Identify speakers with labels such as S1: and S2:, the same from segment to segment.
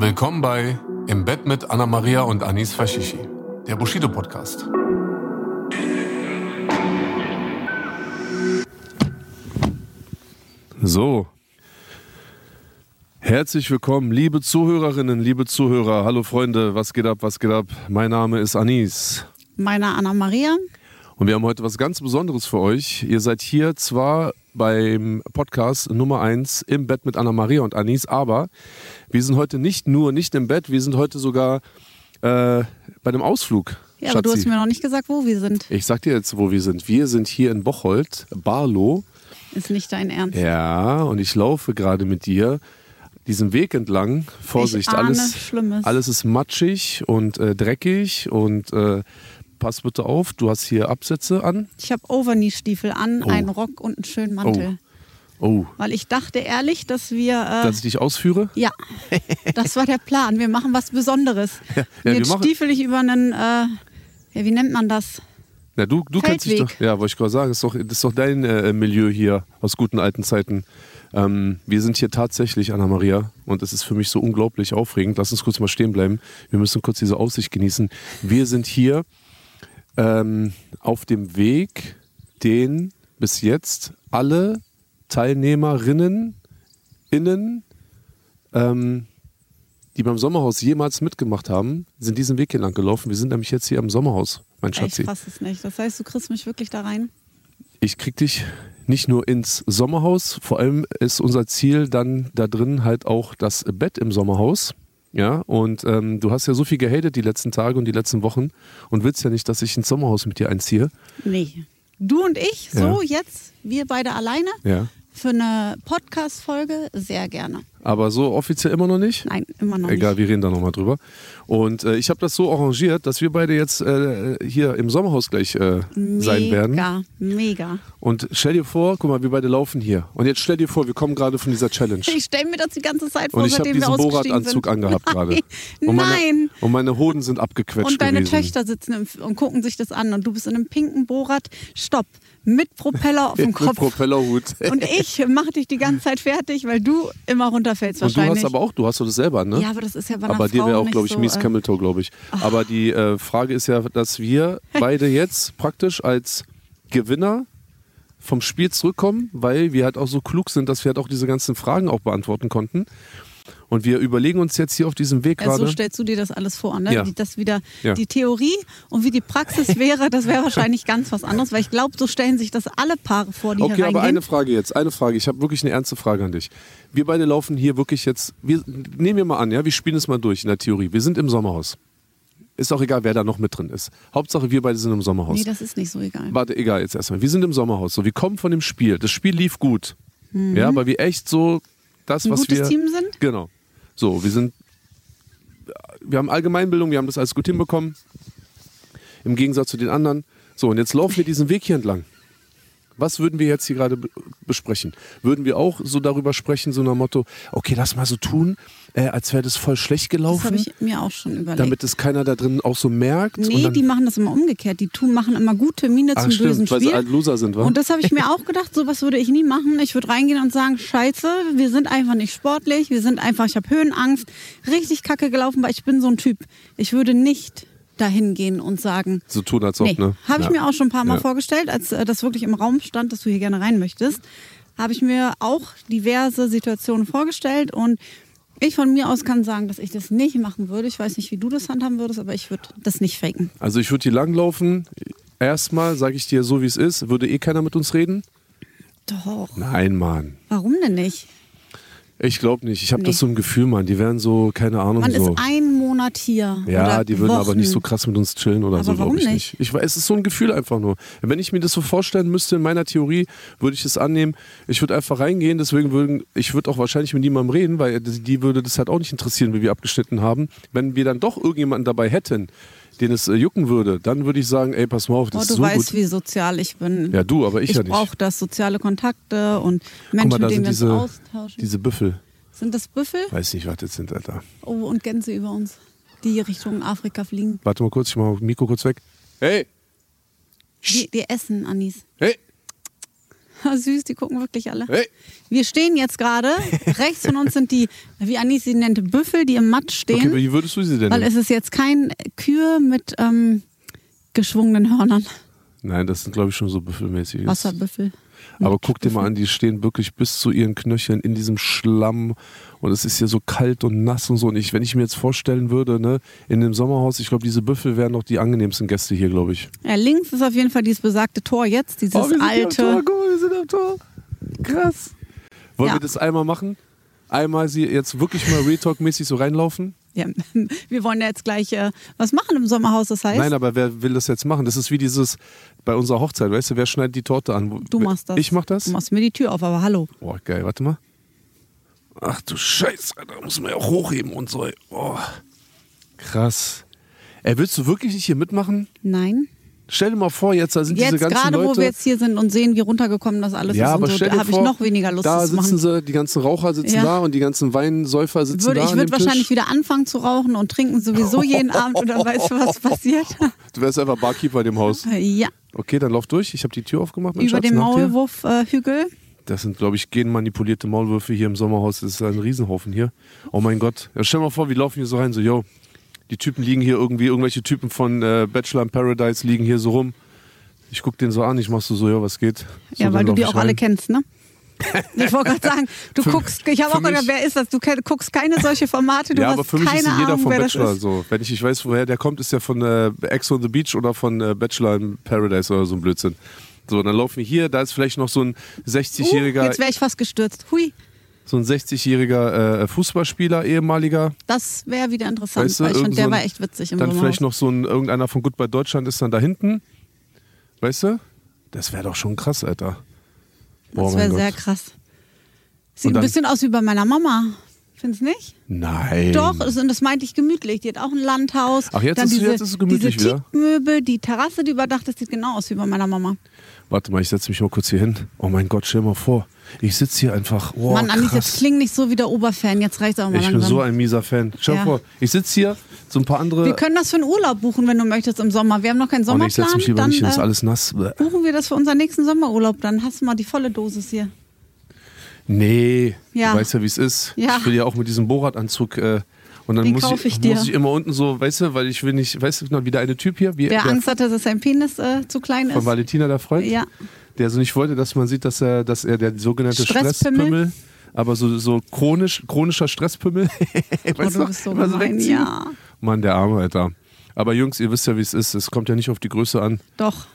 S1: Willkommen bei Im Bett mit Anna-Maria und Anis Fashishi, der Bushido-Podcast.
S2: So. Herzlich willkommen, liebe Zuhörerinnen, liebe Zuhörer. Hallo Freunde, was geht ab, was geht ab? Mein Name ist Anis.
S3: Meiner Anna-Maria.
S2: Und wir haben heute was ganz Besonderes für euch. Ihr seid hier zwar beim Podcast Nummer 1 im Bett mit Anna-Maria und Anis, aber wir sind heute nicht nur nicht im Bett, wir sind heute sogar äh, bei einem Ausflug.
S3: Ja, aber du hast
S2: Schatzi.
S3: mir noch nicht gesagt, wo wir sind.
S2: Ich sag dir jetzt, wo wir sind. Wir sind hier in Bocholt, Barlow.
S3: Ist nicht dein Ernst.
S2: Ja, und ich laufe gerade mit dir diesen Weg entlang. Vorsicht,
S3: ahne
S2: alles,
S3: Schlimmes.
S2: alles ist matschig und äh, dreckig und äh, pass bitte auf, du hast hier Absätze an.
S3: Ich habe Overknee-Stiefel an,
S2: Oh.
S3: einen Rock und einen schönen Mantel.
S2: Oh,
S3: Weil ich dachte ehrlich, dass wir... Äh,
S2: dass ich dich ausführe?
S3: ja, das war der Plan. Wir machen was Besonderes.
S2: Ja,
S3: Und
S2: ja, wir
S3: jetzt
S2: machen-
S3: stiefel ich über einen... Äh, ja, wie nennt man das?
S2: Na, du, du kennst dich
S3: Feldweg.
S2: doch. Ja, wollte ich gerade sagen, ist doch, das ist doch dein äh, Milieu hier aus guten alten Zeiten. Ähm, wir sind hier tatsächlich, Anna-Maria, und es ist für mich so unglaublich aufregend. Lass uns kurz mal stehen bleiben. Wir müssen kurz diese Aussicht genießen. Wir sind hier ähm, auf dem Weg, den bis jetzt alle Teilnehmerinnen, innen, ähm, die beim Sommerhaus jemals mitgemacht haben, sind diesen Weg hier lang gelaufen. Wir sind nämlich jetzt hier am Sommerhaus, mein
S3: Ich
S2: Schatzi.
S3: fasse es nicht. Das heißt, du kriegst mich wirklich da rein?
S2: ich krieg dich nicht nur ins Sommerhaus, vor allem ist unser Ziel dann da drin halt auch das Bett im Sommerhaus. Ja, und ähm, du hast ja so viel gehatet die letzten Tage und die letzten Wochen und willst ja nicht, dass ich ins Sommerhaus mit dir einziehe.
S3: Nee. Du und ich, so jetzt, wir beide alleine,
S2: Ja.
S3: für eine Podcast-Folge, sehr gerne.
S2: Aber so offiziell immer noch nicht.
S3: Nein, immer noch
S2: Egal,
S3: nicht.
S2: wir reden da nochmal drüber. Und äh, ich habe das so arrangiert, dass wir beide jetzt äh, hier im Sommerhaus gleich äh, sein werden.
S3: Mega, mega.
S2: Und stell dir vor, guck mal, wir beide laufen hier. Und jetzt stell dir vor, wir kommen gerade von dieser Challenge.
S3: Ich stelle mir das die ganze Zeit vor,
S2: Und ich habe
S3: seitdem wir
S2: diesen
S3: ausgestiegen sind.
S2: Borat-Anzug angehabt gerade.
S3: Nein,
S2: Und meine-
S3: nein.
S2: Und meine Hoden sind abgequetscht
S3: Und deine
S2: gewesen.
S3: Töchter sitzen im, und gucken sich das an und du bist in einem pinken Borat, stopp, mit Propeller auf dem
S2: Mit
S3: Kopf.
S2: Propellerhut.
S3: Und ich mache dich die ganze Zeit fertig, weil du immer runterfällst
S2: Und du
S3: wahrscheinlich.
S2: hast aber auch, du hast doch das selber, ne?
S3: ja, aber das ist ja bei einer
S2: aber dir
S3: Frau
S2: wäre auch,
S3: nicht
S2: glaube ich,
S3: so,
S2: mies
S3: äh,
S2: Camel Toe, glaube ich. Aber die äh, Frage ist ja, dass wir beide jetzt praktisch als Gewinner vom Spiel zurückkommen, weil wir halt auch so klug sind, dass wir halt auch diese ganzen Fragen auch beantworten konnten. Und wir überlegen uns jetzt hier auf diesem Weg
S3: Ja,
S2: gerade.
S3: so stellst du dir das alles vor, ne?
S2: Ja.
S3: Die- Das wieder
S2: Ja.
S3: die Theorie und wie die Praxis wäre, das wäre wahrscheinlich ganz was anderes, weil ich glaube, so stellen sich das alle Paare vor, die
S2: Okay,
S3: hier
S2: aber
S3: reingehen.
S2: eine Frage jetzt, eine Frage. Ich habe wirklich eine ernste Frage an dich. Wir beide laufen hier wirklich jetzt, wir, nehmen wir mal an, ja, wir spielen es mal durch in der Theorie. Wir sind im Sommerhaus. Ist auch egal, wer da noch mit drin ist. Hauptsache, wir beide sind im Sommerhaus.
S3: nee, das ist nicht so egal.
S2: Warte, egal jetzt erstmal. Wir sind im Sommerhaus. So, wir kommen von dem Spiel. Das Spiel lief gut. Ja, weil wir echt so das,
S3: Mhm. Ein
S2: was
S3: gutes
S2: wir.
S3: Team sind?
S2: Genau. So, wir sind. Wir haben Allgemeinbildung, wir haben das alles gut hinbekommen. Im Gegensatz zu den anderen. So, und jetzt laufen wir diesen Weg hier entlang. Was würden wir jetzt hier gerade be- besprechen? Würden wir auch so darüber sprechen, so nach Motto, okay, lass mal so tun, äh, als wäre das voll schlecht
S3: Das habe
S2: gelaufen,
S3: ich mir auch schon überlegt.
S2: damit es keiner da drin auch so merkt? und
S3: nee,
S2: dann,
S3: die machen das immer umgekehrt. Die tun, machen immer gute Miene
S2: Ach,
S3: zum
S2: stimmt,
S3: bösen
S2: weil
S3: Spiel.
S2: sie halt Loser sind, wa?
S3: Und das habe ich mir auch gedacht, sowas würde ich nie machen. Ich würde reingehen und sagen, scheiße, wir sind einfach nicht sportlich, wir sind einfach, ich habe Höhenangst, richtig kacke gelaufen, weil ich bin so ein Typ. Ich würde nicht dahin gehen und sagen,
S2: so tun, als ob,
S3: nee,
S2: ne?
S3: habe ich
S2: Ja.
S3: mir auch schon ein paar Mal
S2: Ja.
S3: vorgestellt, als äh, das wirklich im Raum stand, dass du hier gerne rein möchtest, habe ich mir auch diverse Situationen vorgestellt und ich von mir aus kann sagen, dass ich das nicht machen würde. Ich weiß nicht, wie du das handhaben würdest, aber ich würde das nicht faken.
S2: Also ich würde hier langlaufen. Erstmal sage ich dir so, wie es ist. Würde eh keiner mit uns reden?
S3: Doch.
S2: Nein, Mann.
S3: Warum denn nicht?
S2: Ich glaube nicht. Ich habe
S3: Nee.
S2: das so ein Gefühl, Mann. Die wären so, keine Ahnung,
S3: Man
S2: so.
S3: ist einen Monat hier.
S2: Ja,
S3: oder
S2: die würden aber
S3: Wochen.
S2: nicht so krass mit uns chillen oder
S3: Aber
S2: so,
S3: warum
S2: glaube ich
S3: nicht?
S2: nicht. Ich weiß, es ist so ein Gefühl einfach nur. Wenn ich mir das so vorstellen müsste, in meiner Theorie, würde ich es annehmen. Ich würde einfach reingehen, deswegen würden, ich würde auch wahrscheinlich mit niemandem reden, weil die die würde das halt auch nicht interessieren, wie wir abgeschnitten haben. Wenn wir dann doch irgendjemanden dabei hätten, den es äh, jucken würde, dann würde ich sagen, ey, pass mal auf, das
S3: Oh,
S2: ist
S3: du
S2: so
S3: weißt,
S2: gut.
S3: wie sozial ich bin.
S2: Ja, du, aber ich,
S3: ich
S2: ja nicht.
S3: brauche das, soziale Kontakte und
S2: Guck
S3: Menschen,
S2: mal, da
S3: mit denen
S2: sind
S3: wir uns
S2: diese,
S3: austauschen.
S2: diese Büffel.
S3: sind das Büffel?
S2: Weiß nicht, was das sind, Alter.
S3: Oh, und Gänse über uns, die Richtung Afrika fliegen.
S2: Warte mal kurz, ich mache Mikro kurz weg. Hey,
S3: Die, die essen Anis.
S2: hey,
S3: Ha, Süß, die gucken wirklich alle.
S2: hey.
S3: Wir stehen jetzt gerade, rechts von uns sind die, wie Anis sie nennt, Büffel, die im Matsch
S2: Okay,
S3: stehen.
S2: wie würdest du sie denn
S3: weil
S2: nennen?
S3: es ist jetzt kein Kühe mit ähm, geschwungenen Hörnern.
S2: Nein, das sind, glaube ich, schon so büffelmäßig.
S3: Wasserbüffel.
S2: Aber guck dir mal an, die stehen wirklich bis zu ihren Knöcheln in diesem Schlamm und es ist hier so kalt und nass und so. Und ich, wenn ich mir jetzt vorstellen würde, ne, in dem Sommerhaus, ich glaube, diese Büffel wären noch die angenehmsten Gäste hier, glaube ich.
S3: Ja, links ist auf jeden Fall dieses besagte Tor jetzt, dieses
S2: Oh, wir sind hier am Tor,
S3: alte.
S2: guck mal, wir sind am Tor. Krass. Wollen
S3: Ja.
S2: wir das einmal machen? Einmal sie jetzt wirklich mal Retalk-mäßig so reinlaufen?
S3: Ja, wir wollen ja jetzt gleich äh, was machen im Sommerhaus, das heißt.
S2: Nein, aber wer will das jetzt machen? Das ist wie dieses bei unserer Hochzeit, weißt du, wer schneidet die Torte an? Wo-
S3: du
S2: wer-
S3: machst das.
S2: Ich mach das?
S3: Du machst mir die Tür auf, aber hallo.
S2: Boah, geil, warte mal. Ach du Scheiße, da muss man ja auch hochheben und so. ey. Oh, krass. Ey, willst du wirklich nicht hier mitmachen?
S3: Nein.
S2: Stell dir mal vor, jetzt da sind
S3: Jetzt
S2: diese ganzen
S3: gerade,
S2: Leute.
S3: wo wir jetzt hier sind und sehen, wie runtergekommen das alles
S2: ja,
S3: ist und
S2: aber
S3: so,
S2: stell dir
S3: da habe ich
S2: vor,
S3: noch weniger Lust,
S2: da
S3: das zu
S2: sitzen
S3: machen.
S2: sie, die ganzen Raucher sitzen
S3: Ja.
S2: da und die ganzen Weinsäufer sitzen
S3: Würde,
S2: da
S3: ich
S2: an
S3: würde
S2: dem Tisch.
S3: wahrscheinlich wieder anfangen zu rauchen und trinken sowieso jeden Abend und dann weißt du, was passiert.
S2: Du wärst einfach Barkeeper in dem Haus.
S3: ja,
S2: Okay, dann lauf durch. Ich habe die Tür aufgemacht. Mein
S3: über äh,
S2: Schatz,
S3: dem
S2: nach dir.
S3: Maulwurfhügel.
S2: Das sind, glaube ich, genmanipulierte Maulwürfe hier im Sommerhaus. Das ist ein Riesenhaufen hier. Oh mein Gott. Ja, stell mal vor, wir laufen hier so rein, so, yo, die Typen liegen hier irgendwie, irgendwelche Typen von äh, Bachelor in Paradise liegen hier so rum. Ich guck den so an, ich mach so, so, ja, was geht? So,
S3: ja,
S2: dann
S3: weil du
S2: lauf
S3: die
S2: ich
S3: auch alle
S2: rein.
S3: kennst, ne? Ich wollte gerade sagen, du
S2: Für-
S3: guckst, ich habe
S2: für
S3: auch gedacht,
S2: mich-
S3: wer ist das? Du ke- guckst keine solche Formate, du
S2: ja,
S3: hast
S2: aber für mich
S3: keine
S2: ist jeder
S3: Ahnung,
S2: vom
S3: wer
S2: Bachelor
S3: das ist.
S2: so. Wenn ich nicht weiß, woher der kommt, ist der von äh, Ex on the Beach oder von äh, Bachelor in Paradise oder so ein Blödsinn. So, dann laufen wir hier, da ist vielleicht noch so ein
S3: Uh,
S2: 60-jähriger,
S3: jetzt wäre ich fast gestürzt. Hui,
S2: so ein 60-jähriger äh, Fußballspieler, ehemaliger.
S3: das wäre wieder interessant,
S2: Weißt du,
S3: weil ich fand,
S2: irgend
S3: der
S2: so ein-
S3: war echt witzig im
S2: Dann
S3: Sommerhaus.
S2: vielleicht noch so ein, irgendeiner von Goodbye Deutschland ist dann da hinten. Weißt du? Das wäre doch schon krass, Alter.
S3: Das
S2: Boah, Oh mein
S3: wäre
S2: Gott.
S3: sehr krass. Sieht
S2: Und
S3: ein
S2: dann-
S3: bisschen aus wie bei meiner Mama. Findest nicht?
S2: Nein.
S3: Doch, es- und das meinte ich gemütlich. Die hat auch ein Landhaus.
S2: Ach, jetzt
S3: Dann
S2: ist-
S3: diese,
S2: jetzt ist es gemütlich
S3: diese
S2: wieder.
S3: Teakmöbel, die Terrasse, die überdacht ist, sieht genau aus wie bei meiner Mama.
S2: Warte mal, ich setze mich mal kurz hier hin. Oh mein Gott, stell mal vor. Ich sitze hier einfach. Oh,
S3: Mann, Anis, jetzt
S2: krass.
S3: kling nicht so wie der Oberfan. Jetzt reicht auch mal
S2: Ich bin
S3: langsam.
S2: so ein mieser Fan. Stell dir
S3: Ja.
S2: vor, ich sitze hier, so ein paar andere.
S3: wir können das für einen Urlaub buchen, wenn du möchtest, im Sommer. Wir haben noch keinen
S2: oh, nee, ich
S3: Sommerplan.
S2: setze mich lieber
S3: dann
S2: nicht hin, ist
S3: äh,
S2: alles nass. Bäh.
S3: buchen wir das für unseren nächsten Sommerurlaub. Dann hast du mal die volle Dosis hier.
S2: Nee,
S3: Ja.
S2: du weißt ja, wie es ist.
S3: Ja.
S2: Ich will ja auch mit diesem Borat-Anzug. Äh, und dann
S3: Den
S2: muss
S3: kauf
S2: ich,
S3: ich dir.
S2: muss ich immer unten so, weißt du, weil ich will nicht, weißt du, noch wieder eine Typ hier, wie,
S3: Der
S2: der
S3: Angst hatte, dass sein Penis äh, zu klein
S2: von
S3: ist.
S2: Valentina, der Freund.
S3: Ja.
S2: der so nicht wollte, dass man sieht, dass er, dass er der sogenannte
S3: Stresspimmel.
S2: Stresspimmel, aber so, so chronisch, chronischer Stresspimmel. weißt
S3: Oh, du bist so
S2: immer
S3: gemein,
S2: wegziehen.
S3: ja.
S2: Mann, der Arme, Alter. Aber Jungs, ihr wisst ja, wie es ist. Es kommt ja nicht auf die Größe an.
S3: Doch.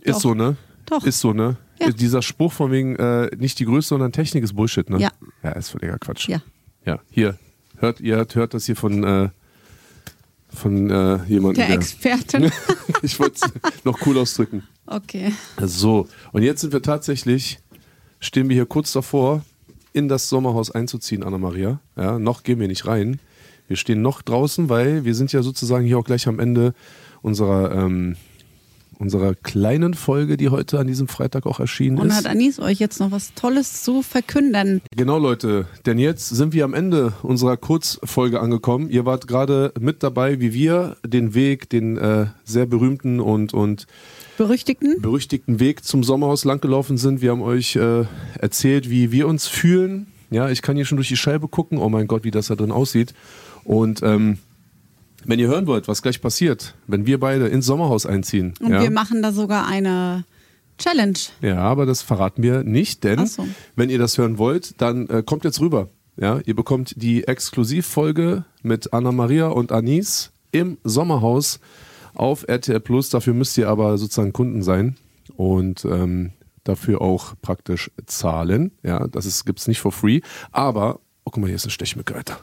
S2: Ist
S3: Doch.
S2: so, ne?
S3: Doch.
S2: Ist so, ne?
S3: Ja.
S2: Dieser Spruch von wegen, äh, nicht die Größe, sondern Technik ist Bullshit, ne?
S3: Ja.
S2: Ja, ist völliger Quatsch.
S3: Ja.
S2: Ja, hier. Hört, ihr hört, hört das hier von, äh, von äh, jemandem.
S3: Der Expertin.
S2: ich wollte es noch cool ausdrücken.
S3: Okay.
S2: So, und jetzt sind wir tatsächlich, stehen wir hier kurz davor, in das Sommerhaus einzuziehen, Anna-Maria. Ja, noch gehen wir nicht rein. Wir stehen noch draußen, weil wir sind ja sozusagen hier auch gleich am Ende unserer, ähm, unserer kleinen Folge, die heute an diesem Freitag auch erschienen
S3: Und hat
S2: ist.
S3: Anis euch jetzt noch was Tolles zu verkünden?
S2: Genau, Leute, denn jetzt sind wir am Ende unserer Kurzfolge angekommen. Ihr wart gerade mit dabei, wie wir den Weg, den äh, sehr berühmten und, und
S3: Berüchtigten?
S2: berüchtigten Weg zum Sommerhaus langgelaufen sind. Wir haben euch äh, erzählt, wie wir uns fühlen. Ja, ich kann hier schon durch die Scheibe gucken. Oh mein Gott, wie das da drin aussieht. Und ähm, wenn ihr hören wollt, was gleich passiert, wenn wir beide ins Sommerhaus einziehen.
S3: Und
S2: ja,
S3: wir machen da sogar eine Challenge.
S2: ja, aber das verraten wir nicht, denn
S3: Ach so.
S2: wenn ihr das hören wollt, dann äh, kommt jetzt rüber. Ja, ihr bekommt die Exklusivfolge mit Anna Maria und Anis im Sommerhaus auf RTL Plus. Dafür müsst ihr aber sozusagen Kunden sein und ähm, dafür auch praktisch zahlen. Ja, das gibt es nicht for free. Aber, oh guck mal, hier ist eine Stechmücke, Alter.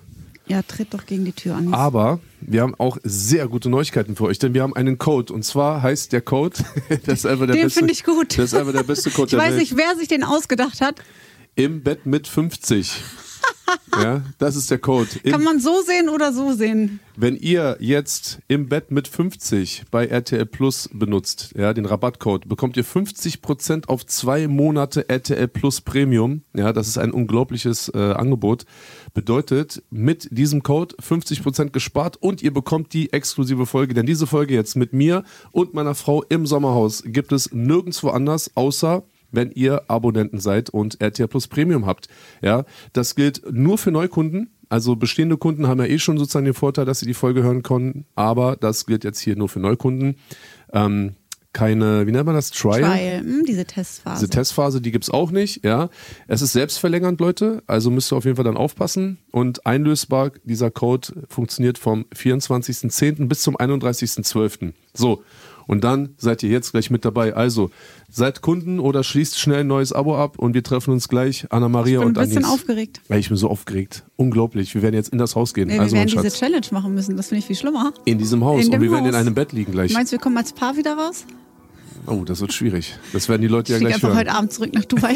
S3: Ja, tritt doch gegen die Tür an.
S2: Aber wir haben auch sehr gute Neuigkeiten für euch, denn wir haben einen Code. Und zwar heißt der Code, das ist einfach der
S3: den
S2: beste.
S3: finde ich gut.
S2: Das ist einfach der beste Code
S3: Ich
S2: der
S3: weiß
S2: Welt.
S3: nicht, wer sich den ausgedacht hat.
S2: Im Bett mit 50. ja, das ist der Code.
S3: Kann
S2: Im,
S3: man so sehen oder so sehen?
S2: wenn ihr jetzt im Bett mit 50 bei RTL Plus benutzt, ja, den Rabattcode, bekommt ihr 50% auf zwei Monate RTL Plus Premium. Ja, das ist ein unglaubliches äh, Angebot. Bedeutet, mit diesem Code 50% gespart und ihr bekommt die exklusive Folge. Denn diese Folge jetzt mit mir und meiner Frau im Sommerhaus gibt es nirgendwo anders, außer wenn ihr Abonnenten seid und RTL Plus Premium habt. Ja, das gilt nur für Neukunden. Also bestehende Kunden haben ja eh schon sozusagen den Vorteil, dass sie die Folge hören können, aber das gilt jetzt hier nur für Neukunden. Ähm, keine, wie nennt man das? Trial?
S3: Trial, hm, diese Testphase.
S2: Ah, Diese Testphase, die gibt's auch nicht, ja. Es ist selbstverlängernd, Leute, also müsst ihr auf jeden Fall dann aufpassen. Und einlösbar, dieser Code funktioniert vom 24.10. bis zum 31.12. So, und dann seid ihr jetzt gleich mit dabei. Also, seid Kunden oder schließt schnell ein neues Abo ab und wir treffen uns gleich,
S3: ich
S2: Anna-Maria
S3: bin ein
S2: und
S3: bisschen
S2: Anis.
S3: aufgeregt.
S2: Ey, ich bin so aufgeregt. Unglaublich. Wir werden jetzt in das Haus gehen.
S3: Nee, wir
S2: also, mein
S3: werden diese
S2: Schatz.
S3: Challenge machen müssen. Das finde ich viel schlimmer.
S2: In diesem Haus.
S3: in
S2: und
S3: dem
S2: wir werden in
S3: Haus.
S2: einem Bett liegen gleich.
S3: Meinst du, wir kommen als Paar wieder raus?
S2: Oh, das wird schwierig. Das werden die Leute
S3: Ich
S2: ja
S3: fliege
S2: gleich
S3: einfach
S2: hören.
S3: heute Abend zurück nach Dubai.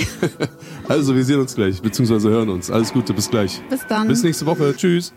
S2: Also, wir sehen uns gleich, beziehungsweise hören uns. Alles Gute, bis gleich.
S3: Bis dann.
S2: Bis nächste Woche. Tschüss.